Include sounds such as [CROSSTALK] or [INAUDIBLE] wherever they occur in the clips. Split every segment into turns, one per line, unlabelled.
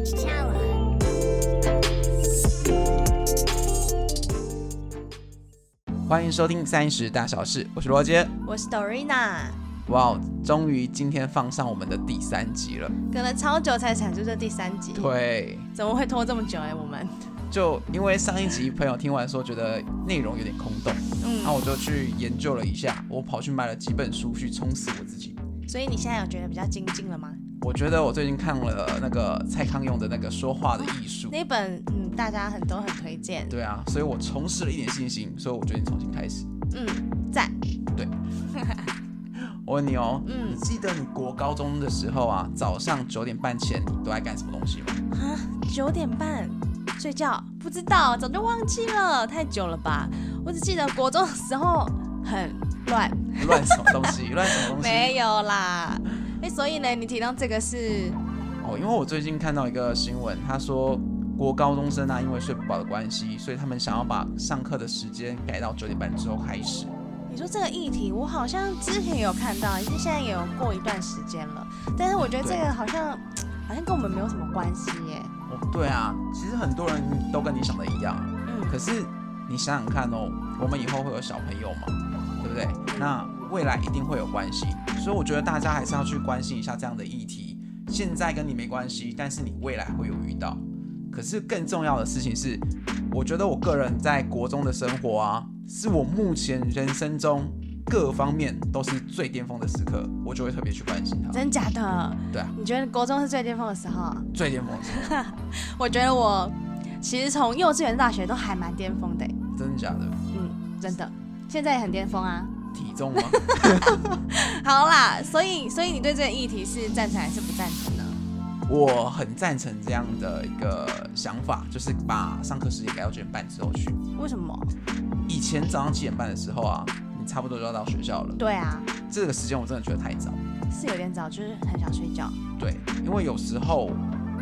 H Tower.
欢迎收听《三十大小事》，我是罗杰。
我是 Dorina，
哇哦，终于今天放上我们的第三集了。
隔了超久才产出这第三集，
对，
怎么会拖这么久哎、我们，
就因为上一集朋友听完说觉得内容有点空洞，
嗯
然后我就去研究了一下，我跑去买了几本书去充实我自己。
所以你现在有觉得比较精进了吗？
我觉得我最近看了那个蔡康永的那个《说话的艺术》，
那本嗯，大家很都很推荐，
对啊，所以我重拾了一点信心，所以我决定重新开始。
嗯，赞，
我问你哦，
嗯
你记得你国高中的时候啊，早上九点半前你都在干什么东西吗？
啊，九点半睡觉，不知道早就忘记了，太久了吧？我只记得国中的时候很乱，
乱什么东西？乱什么东西？
[LAUGHS] 没有啦。哎、所以呢，你提到这个是，
哦，因为我最近看到一个新闻，他说国高中生啊，因为睡不饱的关系，所以他们想要把上课的时间改到九点半之后开始。
你说这个议题，我好像之前有看到，因为现在也有过一段时间了，但是我觉得这个好像好像跟我们没有什么关系耶。
哦，对啊，其实很多人都跟你想的一样，
嗯，
可是你想想看哦，我们以后会有小朋友嘛，对不对？那未来一定会有关系，所以我觉得大家还是要去关心一下这样的议题。现在跟你没关系，但是你未来会有遇到。可是更重要的事情是，我觉得我个人在国中的生活啊，是我目前人生中各方面都是最巅峰的时刻，我就会特别去关心它。
真假的？
对啊，
你觉得国中是最巅峰的时候？
最巅峰的时刻，
我觉得我其实从幼稚园到大学都还蛮巅峰的耶，
真的假的？
嗯，真的，现在也很巅峰啊。
体重吗？
好啦，所以所以你对这个议题是赞成还是不赞成呢？
我很赞成这样的一个想法，就是把上课时间改到九点半之后去。
为什么？
以前早上七点半的时候啊，你差不多就要到学校了。
对啊，
这个时间我真的觉得太早。
是有点早，就是很想睡觉。
对，因为有时候，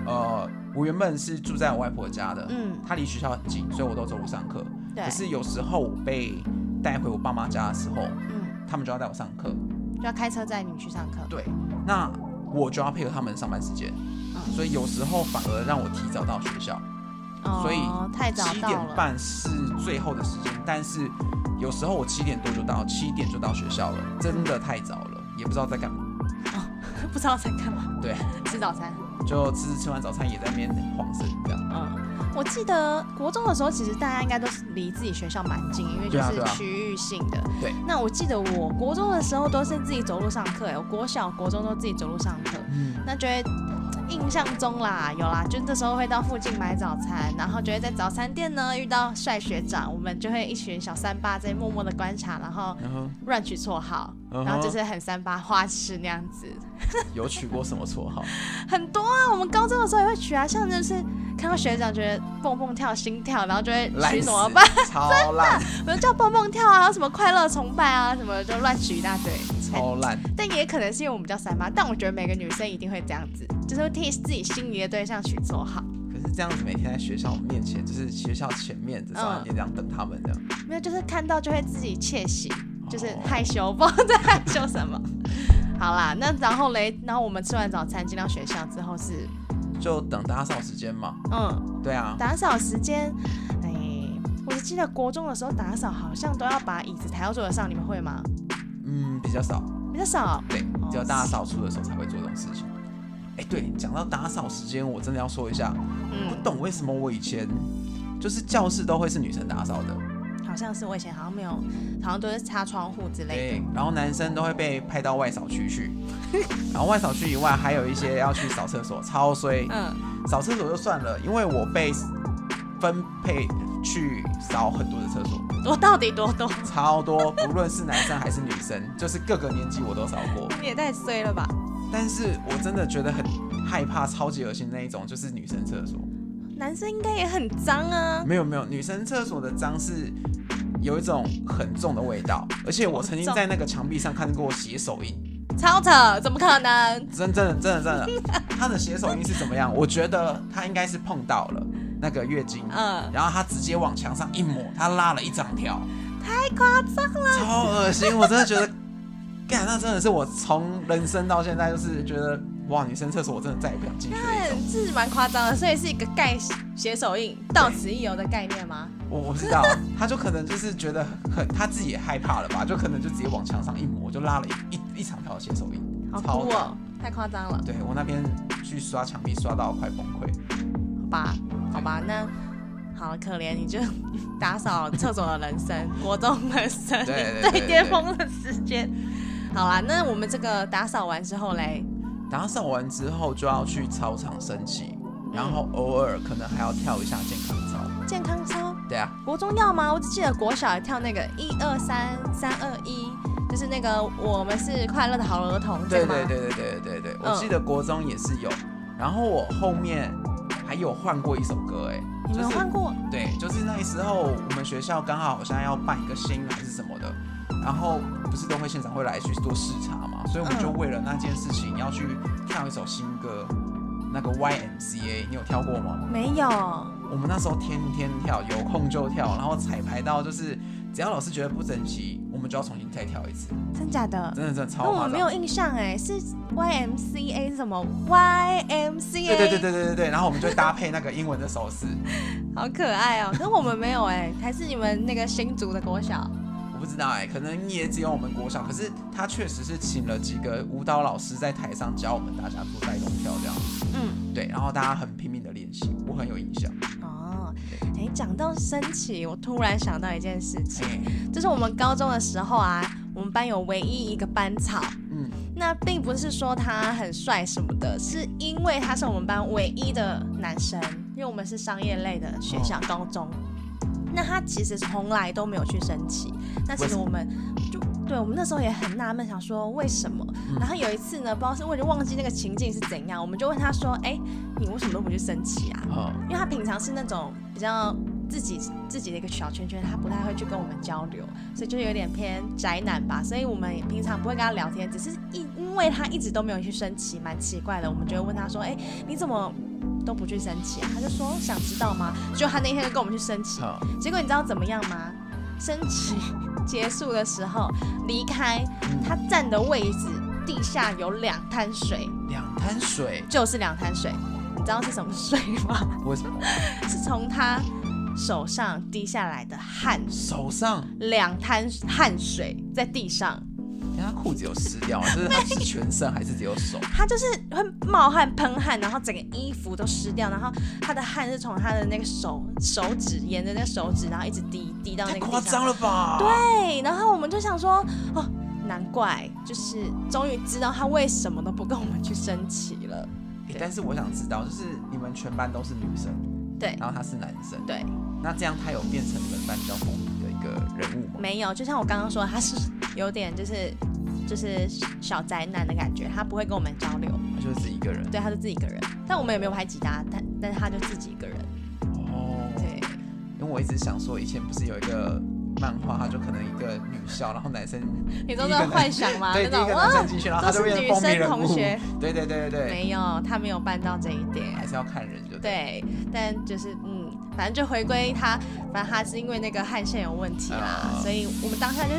呃，我原本是住在我外婆家的，
嗯，
她离学校很近，所以我都走路上课。
对
可，是有时候我被带回我爸妈家的时候，
嗯，
他们就要带我上课。
就要开车载你去上课。
对，那我就要配合他们上班时间，
嗯
所以有时候反而让我提早到学校。所以
哦、太早
七
到
点
了。
半是最后的时间，但是有时候我七点多就到，七点就到学校了，真的太早了，也不知道在干嘛。
不知道在干嘛。
对，
吃早餐。
就吃吃完早餐也在那边晃神这样。
嗯，我记得国中的时候，其实大家应该都是离自己学校蛮近，因为就
对啊
是
对啊
区域性的。
对
那我记得我国中的时候都是自己走路上课，我国小、国中都自己走路上课。
嗯，
那觉得印象中啦，有啦，就那时候会到附近买早餐，然后就会在早餐店呢遇到帅学长，我们就会一群小三八在默默的观察，然后
然后
乱取绰号，
嗯哼
然后就是很三八花痴那样子。
有取过什么绰
[LAUGHS]
号？
很多啊，我们高中的时候也会取啊，像就是看到学长觉得蹦蹦跳、心跳，然后就会取
烂
什
死
么吧，，
超烂，
[LAUGHS] 比如叫蹦蹦跳啊，还有什么快乐崇拜啊，什么就乱取一大堆。
超烂。
但也可能是因为我们比较三八，但我觉得每个女生一定会这样子，就是会替自己心仪的对象取绰号。
可是这样子每天在学校面前，就是学校前面的
嗯
早餐店这样等他们这样，
没有，就是看到就会自己窃喜，就是
哦
害羞，不知道在害羞什么。好啦，那然后嘞，然后我们吃完早餐进到学校之后是，
就等打扫时间嘛。
嗯，
对啊，
打扫时间，哎，我只记得国中的时候打扫好像都要把椅子抬到桌子上，你们会吗？
嗯，比较少。
比较少。
对，只有大家扫除的时候才会做这种事情。哎、对，讲到打扫时间，我真的要说一下，不
嗯，
懂为什么我以前就是教室都会是女生打扫的，
好像是我以前好像没有，好像都是擦窗户之类
对，然后男生都会被派到外扫区去， [LAUGHS] 然后外扫区以外还有一些要去扫厕所，超衰
的。，嗯，
扫厕所就算了，因为我被分配去扫很多的厕所，
多到底多多，
超多，不论是男生还是女生，就是各个年级我都扫过。
你也太衰了吧？
但是我真的觉得很害怕，超级恶心那一种，就是女生厕所。
男生应该也很脏啊。
没有没有，女生厕所的脏是有一种很重的味道，而且我曾经在那个墙壁上看过血手印，
超扯，怎么可能？
真真的真的真的，她的血手印是怎么样？我觉得她应该是碰到了那个月经，
嗯，
然后她直接往墙上一抹，她拉了一整条，
太夸张了。
超恶心，我真的觉得，干那真的是我从人生到现在就是觉得哇，女生厕所我真的再也不想进去了一种。
嗯，是蛮夸张的，所以是一个盖写手印“到此一游”的概念吗？
我我知道，他就可能就是觉得很，他自己也害怕了吧，就可能就直接往墙上一抹，就拉了一一一长条的血手印。
好
超
酷哦，太夸张了，
对我那边去刷墙壁刷到快崩溃。
好吧，好吧，那好可怜，你就 [LAUGHS] 打扫厕所的人
[LAUGHS]
生，国中人生，
对对
你
对
最
对
巅峰的时间。好啦，那我们这个打扫完之后嘞，
打扫完之后就要去操场升旗，然后偶尔可能还要跳一下健康操。
健康操
对啊，
国中要吗？我只记得国小跳那个一二三三二一，就是那个我们是快乐的好儿童，
对
这个吗
对对对对对对，我
嗯
记得国中也是有，然后我后面还有换过一首歌、哎，
你
就
们有
是
换过？
对，就是那时候我们学校刚好好像要办一个新还是什么的，然后不是都会现场会来去做视察嘛，所以我们就为了那件事情要去跳一首新歌，那个 YMCA，你有跳过吗？
没有，
我们那时候天天跳，有空就跳，然后彩排到就是只要老师觉得不整齐，我们就要重新再跳一次，
真假的？
真的真的超
那我
夸
们没
张
有。印象哎，是 YMCA 是什么 YMCA？
对对对对对对对，然后我们就搭配那个英文的手势，
好可爱哦、可是我们没有哎、还是你们那个新竹的国小
我不知道哎、可能也只有我们国小，可是他确实是请了几个舞蹈老师在台上教我们大家做带动跳这样，
嗯，
对，然后大家很拼命的练习，我很有印象。
哦。哎、讲到升旗，我突然想到一件事情，
哎，
就是我们高中的时候啊，我们班有唯一一个班草，
嗯，
那并不是说他很帅什么的，是因为他是我们班唯一的男生，因为我们是商业类的学校，高中。那他其实从来都没有去升旗，那其
为
实
什
我们就对我们那时候也很纳闷，想说为什么？
嗯
然后有一次呢，不知道是我就忘记那个情境是怎样，我们就问他说：“哎、你为什么都不去升旗啊？”
哦，
因为他平常是那种比较自己自己的一个小圈圈，他不太会去跟我们交流，所以就有点偏宅男吧。所以我们平常不会跟他聊天，只是因因为他一直都没有去升旗，蛮奇怪的。我们就会问他说：“哎、你怎么都不去升旗啊？”他就说：“想知道吗？”就他那天就跟我们去升旗，
哦，
结果你知道怎么样吗？升旗结束的时候离开，
嗯
他站的位置地下有两滩水，
两滩水，
就是两滩水。你知道是什么水吗？
为什么？
是从他手上滴下来的汗，
手上，
两滩汗水在地上，
人家哎裤子有湿掉吗？就是他是全身还是只有手？
他就是会冒汗、喷汗，然后整个衣服都湿掉，然后他的汗是从他的那个手手指沿着那手指，然后一直滴滴 [LAUGHS] 到那
太
个
夸
地上。
张了吧？
对，然后我们就想说，哦，难怪，就是终于知道他为什么都不跟我们去升旗了。
欸但是我想知道，就是你们全班都是女生，
对
然后他是男生，
对，
那这样他有变成你们班比较风靡的一个人物吗？
没有，就像我刚刚说，他是有点就是就是小宅男的感觉，他不会跟我们交流。
他就是一个人
对，他就自己一个人。但我们也没有排挤他，但但是他就自己一个人。
哦。
对，
因为我一直想说，以前不是有一个漫画，它就可能一个女校，然后男生
你说那种幻想吗？
[LAUGHS] 对
啊那种
第一个男
哇，
生进去，然后
都
他就是变
女
成风靡
生
人
同
物。
学，
对对对对对，
没有，他没有办到这一点。
还是要看人就对。
对，但就是嗯，反正就回归他，反正他是因为那个汗腺有问题啦，
啊
所以我们当下就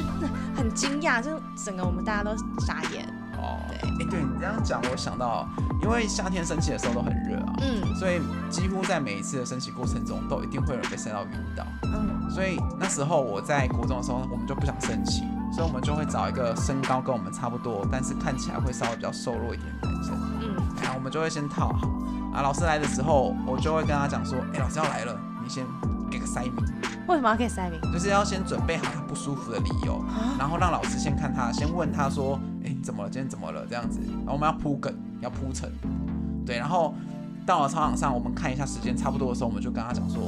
很惊讶，就是整个我们大家都傻眼。
哦，
对
哎、对你这样讲，我想到，因为夏天升旗的时候都很热啊，
嗯
所以几乎在每一次的升旗过程中，都一定会有人被晒到晕倒。
嗯，
所以那时候我在国中的时候，我们就不想升旗，所以我们就会找一个身高跟我们差不多，但是看起来会稍微比较瘦弱一点的男生。
嗯，
然后我们就会先套好啊。老师来的时候，我就会跟他讲说：“哎、老师要来了，你先给个塞米，
为什么要给塞明
就是要先准备好他不舒服的理由，
啊？
然后让老师先看他，先问他说：‘哎、你怎么了？今天怎么了？’这样子，然后我们要铺梗，要铺陈，对。然后到了操场上，我们看一下时间差不多的时候，我们就跟他讲说。”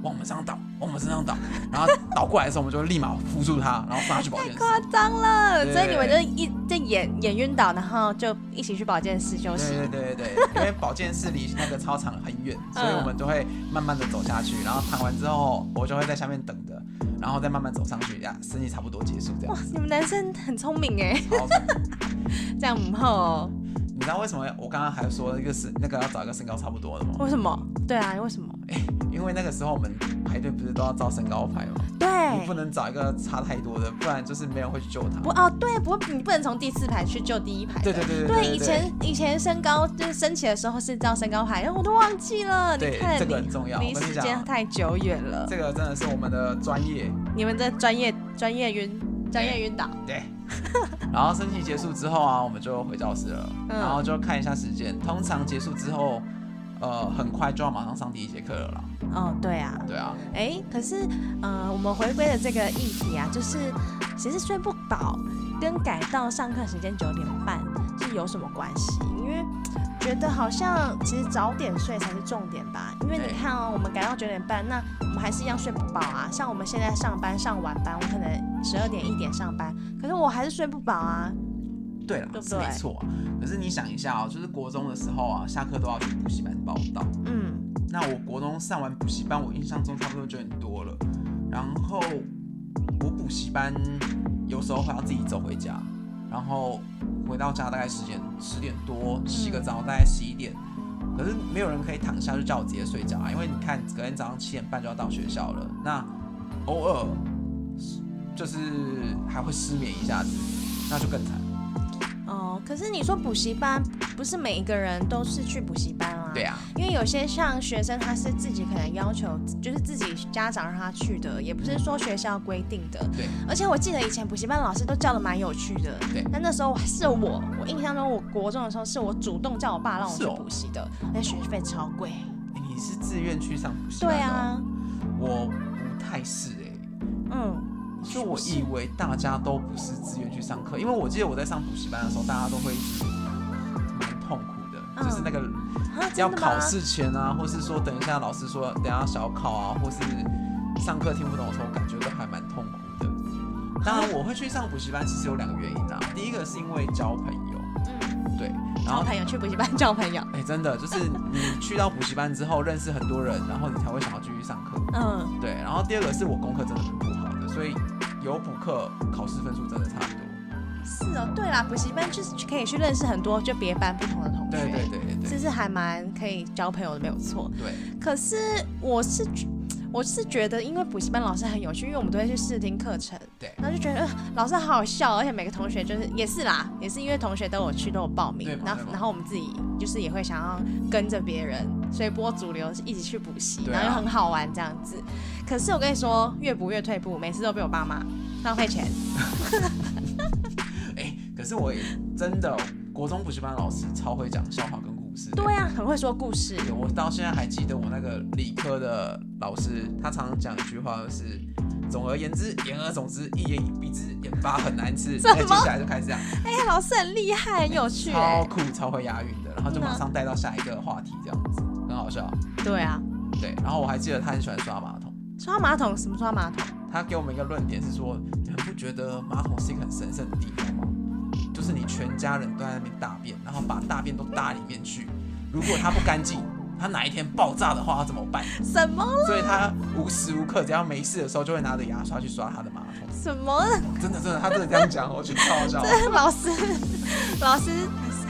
往我们身上倒，往我们身上倒，然后倒过来的时候，我们就立马扶住他，然后送他去保健室。
夸张了，所以你们就
对
一就演演晕倒，然后就一起去保健室休息。
对对对对对，因为保健室离那个操场很远，
嗯
所以我们都会慢慢的走下去，然后谈完之后，我就会在下面等着，然后再慢慢走上去，呀，生意差不多结束这样
[LAUGHS] 哇。，你们男生很聪明哎，
然后
这样母后、哦，
你知道为什么我刚刚还说一个是那个要找一个身高差不多的吗？
为什么？对啊，为什么？
因为那个时候我们排队不是都要照身高排吗？
对，
你不能找一个差太多的，不然就是没人会去救他。
不哦，对，不，你不能从第四排去救第一排的。
对对对对对
以前以前身高就是升旗的时候是叫身高牌，然后我都忘记了。你
对
看
这个很
离
重要
离
我跟你
时
讲
间太久远了。
这个真的是我们的专业，
你们的专业专业晕专业晕倒，
对。 [LAUGHS] 然后升旗结束之后啊，我们就回教室了，
嗯
然后就看一下时间。通常结束之后，呃，很快就要马上上第一节课了啦。
哦，对啊，
对啊，
哎，可是，呃，我们回归的这个议题啊，就是其实睡不饱跟改到上课时间九点半是有什么关系？因为觉得好像其实早点睡才是重点吧。因为
对
你看哦，我们改到九点半，那我们还是一样睡不饱啊。像我们现在上班上晚班，我可能十二点一点上班，可是我还是睡不饱啊。
对啦，
对不
是没
对
错啊、可是你想一下哦，就是国中的时候啊，下课都要去补习班报到。
嗯，
那我国中上完补习班，我印象中差不多九点多了。然后我补习班有时候还要自己走回家，然后回到家大概十点十点多，洗
嗯
个澡大概十一点。可是没有人可以躺下就叫我直接睡觉啊，因为你看隔天早上七点半就要到学校了，那偶尔就是还会失眠一下子，那就更惨。
哦，可是你说补习班，不是每一个人都是去补习班啊。
对啊，
因为有些像学生，他是自己可能要求，就是自己家长让他去的，也不是说学校规定的。
对。
而且我记得以前补习班老师都教的蛮有趣的。
对
但那时候是我，我印象中我国中的时候是我主动叫我爸让我
是
去
哦
补习的，那、学费超贵。
诶你是自愿去上补习班
对
的、哦
啊，
我不太是哎、
嗯，
就我以为大家都不是自愿去上课，因为我记得我在上补习班的时候，大家都会一直蛮痛苦的，
嗯
就是那个
啊，
要
真的
考
吗？
试前啊，或是说等一下老师说等一下小考啊，或是上课听不懂的时候，感觉都还蛮痛苦的。当然，我会去上补习班，其实有两个原因啊。第一个是因为交朋友，
嗯，
对，然
交
后
朋友去补习班交朋友。
哎、真的就是你去到补习班之后，认识很多人，然后你才会想要继续上课。
嗯，
对，然后第二个是我功课真的很不好的，所以有补课，考试分数真的差很多。
是哦，对啦，补习班就是可以去认识很多就别班不同的同学，
对对对对对
这是还蛮可以交朋友的，没有错。
对，
可是我是觉我是觉得，因为补习班老师很有趣，因为我们都会去试听课程，
对
然后就觉得、呃老师好好笑，而且每个同学就是也是啦，也是因为同学都有去都有报名
对嘛，
然
对
后
嘛
然后我们自己就是也会想要跟着别人随波逐流一起去补习，
对啊
然后又很好玩这样子。可是我跟你说，越补越退步，每次都被我爸妈浪费钱。
哎、可是我也真的国中补习班老师超会讲笑话跟故事的。
对啊，很会说故事， [LAUGHS]
对我到现在还记得我那个理科的老师，他常常讲一句话，就是总而言之，言而总之，一言以蔽之，盐巴很难吃。
[LAUGHS] 什
那
么
接下来就开始讲，
哎、老师很厉害，很有趣、
超
哎，
酷、超会押韵的，然后就
真的
马上带到下一个话题，这样子很好笑。
对啊，
对，然后我还记得他很喜欢刷马桶。
刷马桶什么刷马桶？
他给我们一个论点是说，你们不觉得马桶是一个很神圣的地方吗？就是你全家人都在那边大便，然后把大便都搭里面去。如果它不干净，它哪一天爆炸的话，它怎么办？
什么
所以他无时无刻只要没事的时候，就会拿着牙刷去刷他的马桶。
什么？
真的真的，他真的这样讲，我觉得超好
[LAUGHS]
笑，
老师，老师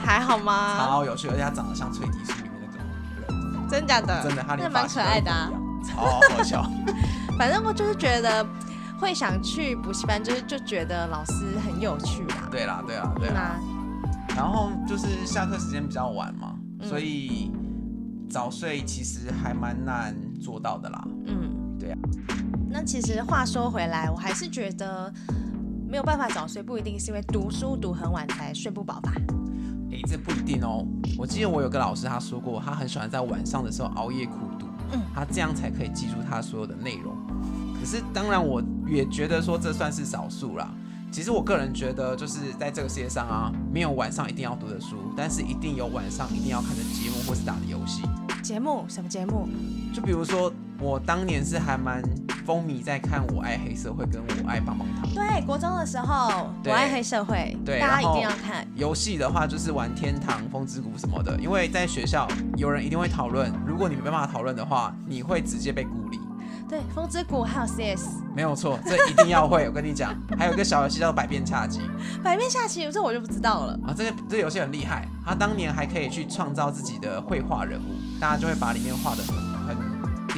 还好吗？
超有趣，而且他长得像脆皮书里面那个人，
真假的？
真的，他
那
连发
蛮
型
可
都
爱的
不
啊
一。样，超好笑。
反正我就是觉得会想去补习班，就是就觉得老师很有趣啦。
对啦对啦对啦。
那
然后就是下课时间比较晚嘛，
嗯
所以早睡其实还蛮难做到的啦。
嗯，
对啊。
那其实话说回来，我还是觉得没有办法早睡，不一定是因为读书读很晚才睡不饱吧？
诶，这不一定哦。我记得我有个老师他说过，他很喜欢在晚上的时候熬夜苦读，
嗯
他这样才可以记住他所有的内容。可是当然，我也觉得说这算是少数啦。其实我个人觉得，就是在这个世界上啊，没有晚上一定要读的书，但是一定有晚上一定要看的节目或是打的游戏。
节目什么节目？
就比如说，我当年是还蛮风靡在看《我爱黑社会》跟《我爱棒棒糖》。
对，国中的时候，我
对
爱黑社会，
对
大家
然后
一定要看。
游戏的话，就是玩天堂、风之谷什么的，因为在学校有人一定会讨论，如果你没办法讨论的话，你会直接被孤立。
对，风之谷还有 CS，
没有错，这一定要会。我跟
[LAUGHS]
你讲，还有一个小游戏叫百变恰吉
百变下棋，这我就不知道了。
啊，这个这个游戏很厉害，它当年还可以去创造自己的绘画人物，大家就会把里面画的很很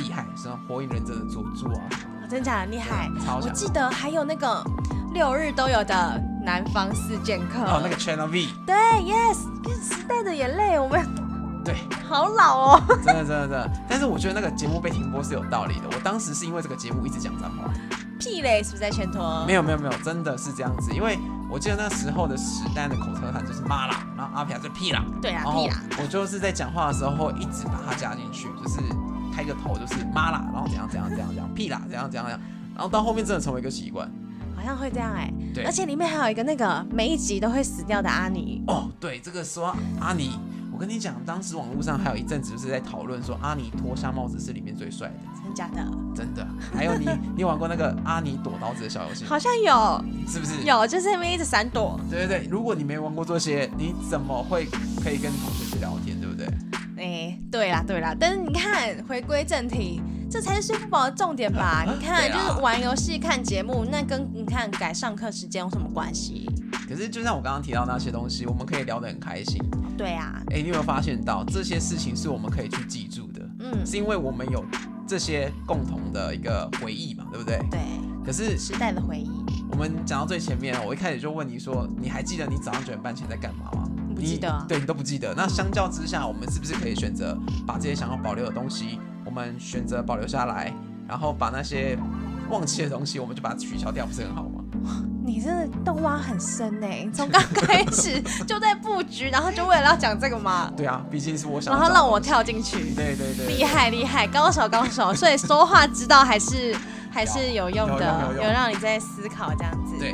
厉害，什么火影忍者的佐助啊，
哦真假的厉害。
超
我
强
记得还有那个六日都有的南方四剑客，
哦，那个 Channel V，
对，yes，时代的眼泪，我们
对，
好老哦。 [LAUGHS]
真的真的真的。但是我觉得那个节目被停播是有道理的，我当时是因为这个节目一直讲脏话。
屁嘞，是不是在牵拖？
没有没有没有，真的是这样子，因为我记得那时候的时代的口头禅就是妈啦，然后阿飘就屁啦，
对啊
然，后
屁啦，
我就是在讲话的时候一直把它加进去，就是开个头就是妈啦，然后怎样怎样怎样怎样屁啦，怎样怎样怎样，然后到后面真的成为一个习惯。
好像会这样哎、
对
而且里面还有一个那个每一集都会死掉的阿尼，
哦，对，这个说阿尼，我跟你讲，当时网络上还有一阵子就是在讨论说阿尼脱下帽子是里面最帅的，
真假的？
真的。还
[LAUGHS]
有你，你有玩过那个阿尼躲刀子的小游戏吗，
好像有
是不是？
有，就是那边一直闪躲，
对对对，如果你没玩过这些，你怎么会可以跟同学去聊天，对不对？
哎、对啦对啦，但是你看，回归正题，这才是睡不饱的重点吧？你看，
啊对
就
啦
是玩游戏、看节目，那跟你看改上课时间有什么关系？
可是就像我刚刚提到那些东西，我们可以聊得很开心。
对啊，
哎，你有没有发现到这些事情是我们可以去记住的？
嗯，
是因为我们有这些共同的一个回忆嘛，对不对？
对，
可是
时代的回忆，
我们讲到最前面，我一开始就问你说，你还记得你早上九点半前在干嘛吗？
你不
你
记得啊
对你都不记得。那相较之下，我们是不是可以选择把这些想要保留的东西，我们选择保留下来，然后把那些忘记的东西，我们就把它取消掉，不是很好吗？
你真的都挖很深呢、你从刚开始就在布局，然后就为了要讲这个嘛，
对啊，毕竟是我想
然
要
后
找
让我跳进去，
对对对，
厉害厉害，高手高手，所以说话之道还是还是有用的，
有有有有
有让你在思考这样子。
对，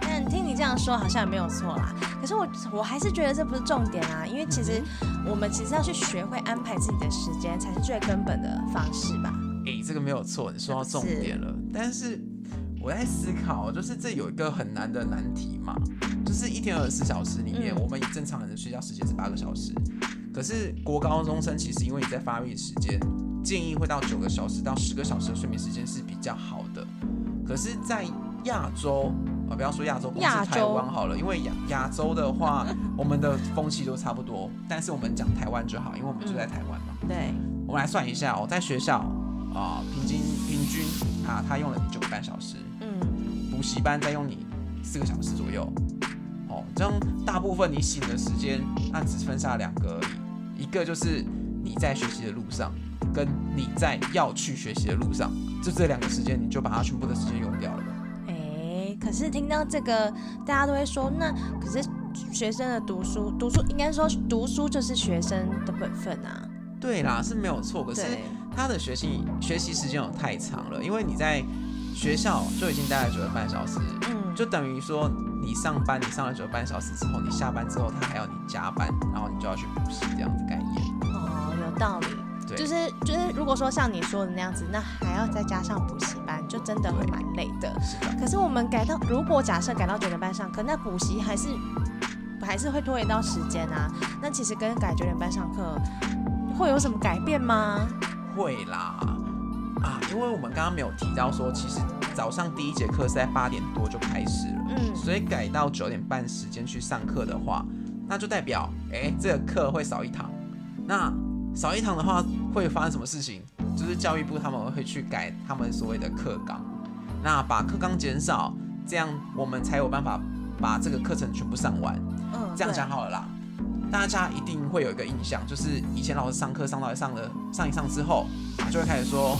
但听你这样说好像也没有错啦。可是我我还是觉得这不是重点啊，因为其实
嗯
我们其实要去学会安排自己的时间，才是最根本的方式吧。
诶，这个没有错，你说到重点了。但是我在思考，就是这有一个很难的难题嘛，就是一天二十四小时里面，
嗯
我们以正常人的睡觉时间是八个小时，可是国高中生其实因为你在发育时间，建议会到九个小时到十个小时的睡眠时间是比较好的。可是，在亚洲。啊，不要说亚洲，光
亚
是
洲
台湾好了，因为亚亚洲的话，我们的风气都差不多。但是我们讲台湾就好，因为我们就在台湾嘛。
对，
我们来算一下哦，在学校啊、平均平均啊，他用了你九个半小时，
嗯，
补习班再用你四个小时左右，哦，这样大部分你醒的时间，那只分下两个而已，一个就是你在学习的路上，跟你在要去学习的路上，就这两个时间，你就把它全部的时间用掉了。
哎，可是听到这个，大家都会说，那可是学生的读书，读书应该说读书就是学生的本分啊。
对啦，是没有错，可是
对，
他的学习学习时间有太长了，因为你在学校就已经待了九个半小时，
嗯，
就等于说你上班，你上了九个半小时之后，你下班之后，他还要你加班，然后你就要去补习这样子概念。
哦，有道理。
对
就是就是，如果说像你说的那样子，那还要再加上补习班，就真的会蛮累的。
是的，
可是我们改到，如果假设改到九点半上课，那补习还是还是会拖延到时间啊。那其实跟改九点半上课会有什么改变吗？
会啦啊，因为我们刚刚没有提到说，其实早上第一节课是在八点多就开始了，
嗯，
所以改到九点半时间去上课的话，那就代表哎、这个课会少一堂。那少一堂的话会发生什么事情？就是教育部他们会去改他们所谓的课纲，那把课纲减少，这样我们才有办法把这个课程全部上完。
嗯，
这样
对
讲好了啦，大家一定会有一个印象，就是以前老师上课上到一上了上一上之后，就会开始说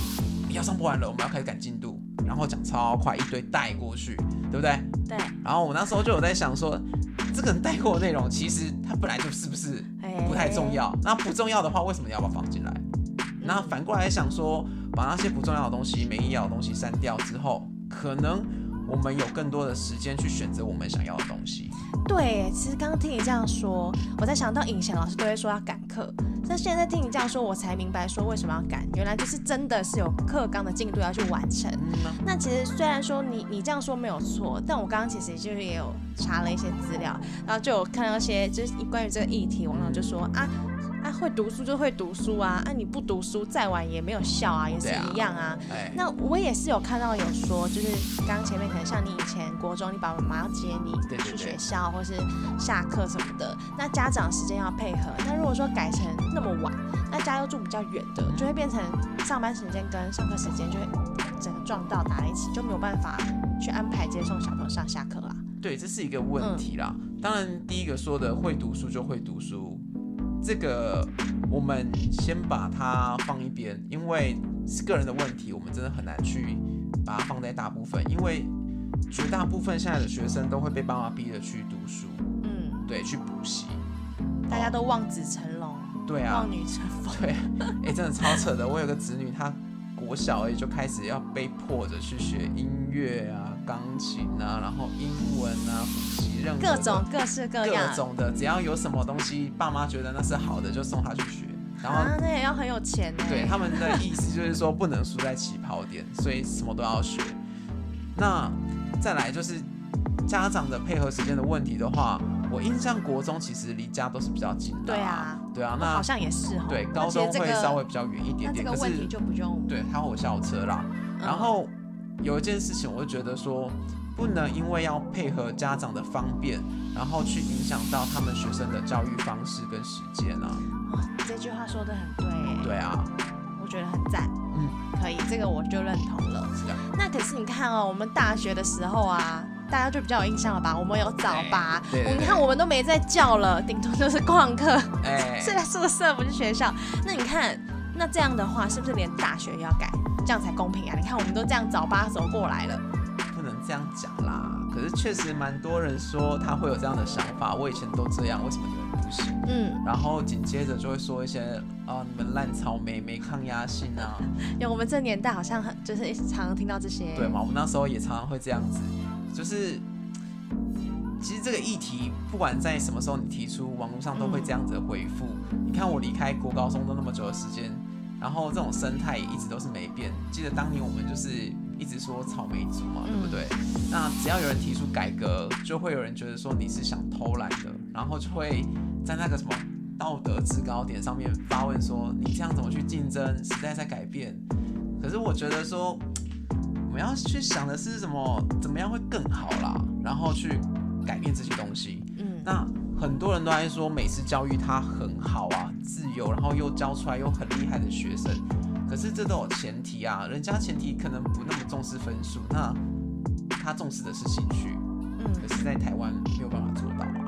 要上不完了，我们要开始赶进度，然后讲超快，一堆带过去，对不对？
对，
然后我那时候就有在想说，这个人带过的内容其实它本来就是不是
哎
不太重。要，那不重要的话，为什么你要把它放进来？那反过来想说，把那些不重要的东西、没营养的东西删掉之后，可能我们有更多的时间去选择我们想要的东西。
对，其实刚刚听你这样说，我在想到以前老师都会说要赶课，但现在听你这样说，我才明白说为什么要赶，原来就是真的是有课纲的进度要去完成。
嗯呢，
那其实虽然说你你这样说没有错，但我刚刚其实就是也有查了一些资料，然后就有看到一些就是关于这个议题，网友就说啊啊会读书就会读书啊，啊你不读书再晚也没有效啊，也是
对啊
一样啊。
哎，
那我也是有看到有说，就是刚前面可能像你以前国中，你爸爸妈妈要接你
对对
去
对
学校或是下课什么的，那家长时间要配合。那如果说改成那么晚，那家又住比较远的，就会变成上班时间跟上课时间就会整个撞到打在一起，就没有办法去安排接送小朋友上下课啦。
对，这是一个问题啦。
嗯
当然，第一个说的会读书就会读书，这个我们先把它放一边，因为是个人的问题，我们真的很难去把它放在大部分，因为绝大部分现在的学生都会被爸妈逼着去读书，
嗯，
对，去补习。
大家都望子成龙，
对啊，
望女成凤。
对，
嗯
哎、真的超扯的。我有个侄女，她国小也就开始要被迫着去学音乐啊、钢琴啊，然后英文啊，补习任何
各
的
种各式各样，
各种的，只要有什么东西，爸妈觉得那是好的，就送她去学。然后，
啊，那也要很有钱呢。啊
对他们的意思就是说，不能输在起跑点，所以什么都要学。那再来就是家长的配合时间的问题的话，我印象国中其实离家都是比较近的、
对啊，
对啊，那
好像也是哦。
对，
那
高
其实
中
这
会
个
稍微比较远一点
那这
点，
个
可
问
是
题就不用。
对，他有校车啦。
嗯
然后有一件事情，我就觉得说，不能因为要配合家长的方便，然后去影响到他们学生的教育方式跟时间啊。
哦这句话说的很对耶，
对啊，
我觉得很赞。
嗯，
可以，这个我就认同了。
是的，
那可是你看哦，我们大学的时候啊，大家就比较有印象了吧？我们有早八，
对对对
你看我们都没在叫了，顶多就是旷课，
哎、
是在宿舍不是学校。那你看，那这样的话，是不是连大学也要改？这样才公平啊！你看，我们都这样早八走过来了，
不能这样讲啦。可是确实蛮多人说他会有这样的想法，我以前都这样，为什么你们不行？
嗯，
然后紧接着就会说一些啊，你们烂草莓没抗压性啊，
有我们这年代好像很就是常常听到这些，
对嘛？我们那时候也常常会这样子，就是其实这个议题，不管在什么时候你提出，网络上都会这样子的回复。你看我离开国高中都那么久的时间，然后这种生态也一直都是没变。记得当年我们就是一直说草莓族嘛，对不对？那只要有人提出改革，就会有人觉得说你是想偷懒的，然后就会在那个什么。道德制高点上面发问说：“你这样怎么去竞争？时代在改变。”可是我觉得说，我们要去想的是什么，怎么样会更好啦，然后去改变这些东西。
嗯，
那很多人都在说美式教育它很好啊，自由，然后又教出来又很厉害的学生。可是这都有前提啊，人家前提可能不那么重视分数，那他重视的是兴趣，
嗯，
可是在台湾没有办法做到啊。。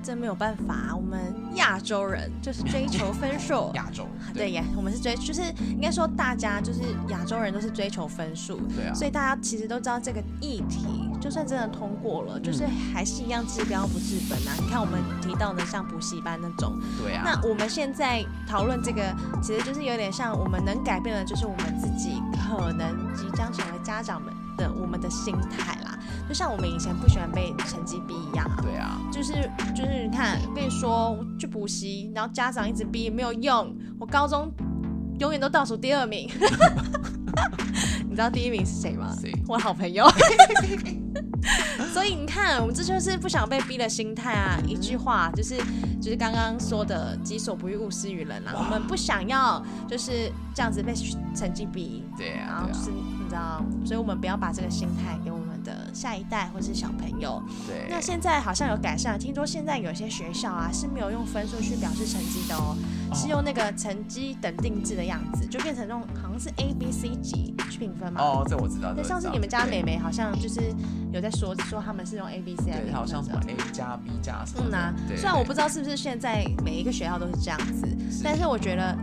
真没有办法，我们亚洲人就是追求分数
[LAUGHS] 亚洲，
对呀，我们是追，就是应该说大家就是亚洲人都是追求分数，
对啊，
所以大家其实都知道这个议题，就算真的通过了，就是还是一样治标不治本啊。你看我们提到的像补习班那种，
对啊，
那我们现在讨论这个，其实就是有点像我们能改变的，就是我们自己可能即将成为家长们的我们的心态啦。就像我们以前不喜欢被成绩逼一样啊，
对啊，
就是就是你看，跟你说去补习，然后家长一直逼没有用，我高中永远都倒数第二名。 [LAUGHS] 你知道第一名是谁吗？
谁
我好朋友。 [LAUGHS] 所以你看，我们这就是不想被逼的心态啊！一句话就是就是刚刚说的“己所不欲，勿施于人”啦。啊我们不想要就是这样子被成绩逼，
对
然
啊，
后
对
就
啊，
是你知道，所以我们不要把这个心态给我们的下一代或是小朋友。
对
那现在好像有改善，听说现在有些学校啊是没有用分数去表示成绩的哦，
哦
是用那个成绩等定制的样子，就变成那种好像是 A B C 级去评分嘛。
哦，这我知道。这
对，
我知
上次
道
你们家
对
美眉好像就是有在说说他们是用 A B C 来
对，
评
它好
分
像什么
的。
A 加 B 加什么
嗯
的。
啊，
对
虽然我
对
不知道是不是现在每一个学校都是这样子，但是我觉得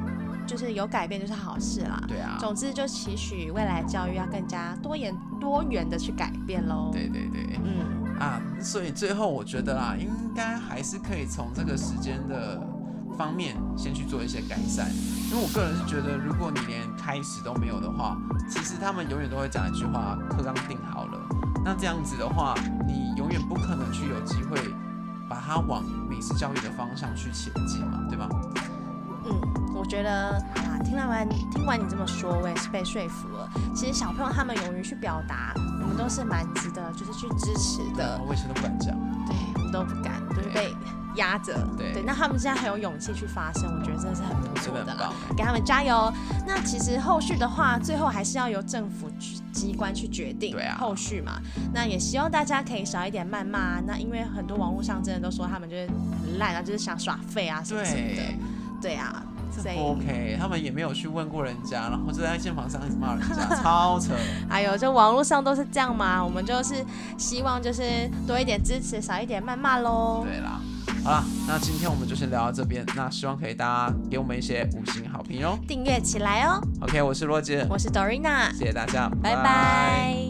就是有改变就是好事啦。
对啊，
总之就期许未来教育要更加多元多元的去改变喽。
对对对
嗯。
啊，所以最后我觉得啦，应该还是可以从这个时间的方面先去做一些改善，因为我个人是觉得，如果你连开始都没有的话，其实他们永远都会讲一句话：课纲定好了。那这样子的话，你永远不可能去有机会把它往美式教育的方向去前进嘛，对吧？
嗯，我觉得好啦，听了完听完你这么说，我也是被说服了。其实小朋友他们勇于去表达，我们都是蛮值得，就是去支持的。
我以前都不敢讲。
对，我们都不敢，就是被压着。
对
那他们现在很有勇气去发声，我觉得真的是很不
真
错
的
的啊
很
啦
棒。
给他们加油。那其实后续的话，最后还是要由政府去机关去决定
对啊
后续嘛。那也希望大家可以少一点谩骂啊。那因为很多网络上真的都说他们就是很烂啊，就是想耍废啊什么什么的
对。，
对啊，
这
所以
不 OK，他们也没有去问过人家，然后就在键盘上一直骂人家，超扯。
哎呦，这网络上都是这样嘛，我们就是希望就是多一点支持，少一点谩骂喽。
对啦，好啦，那今天我们就是聊到这边，那希望可以大家给我们一些五星好评哦。
订阅起来哦，
OK，我是罗杰，
我是 Dorina，
谢谢大家，
拜拜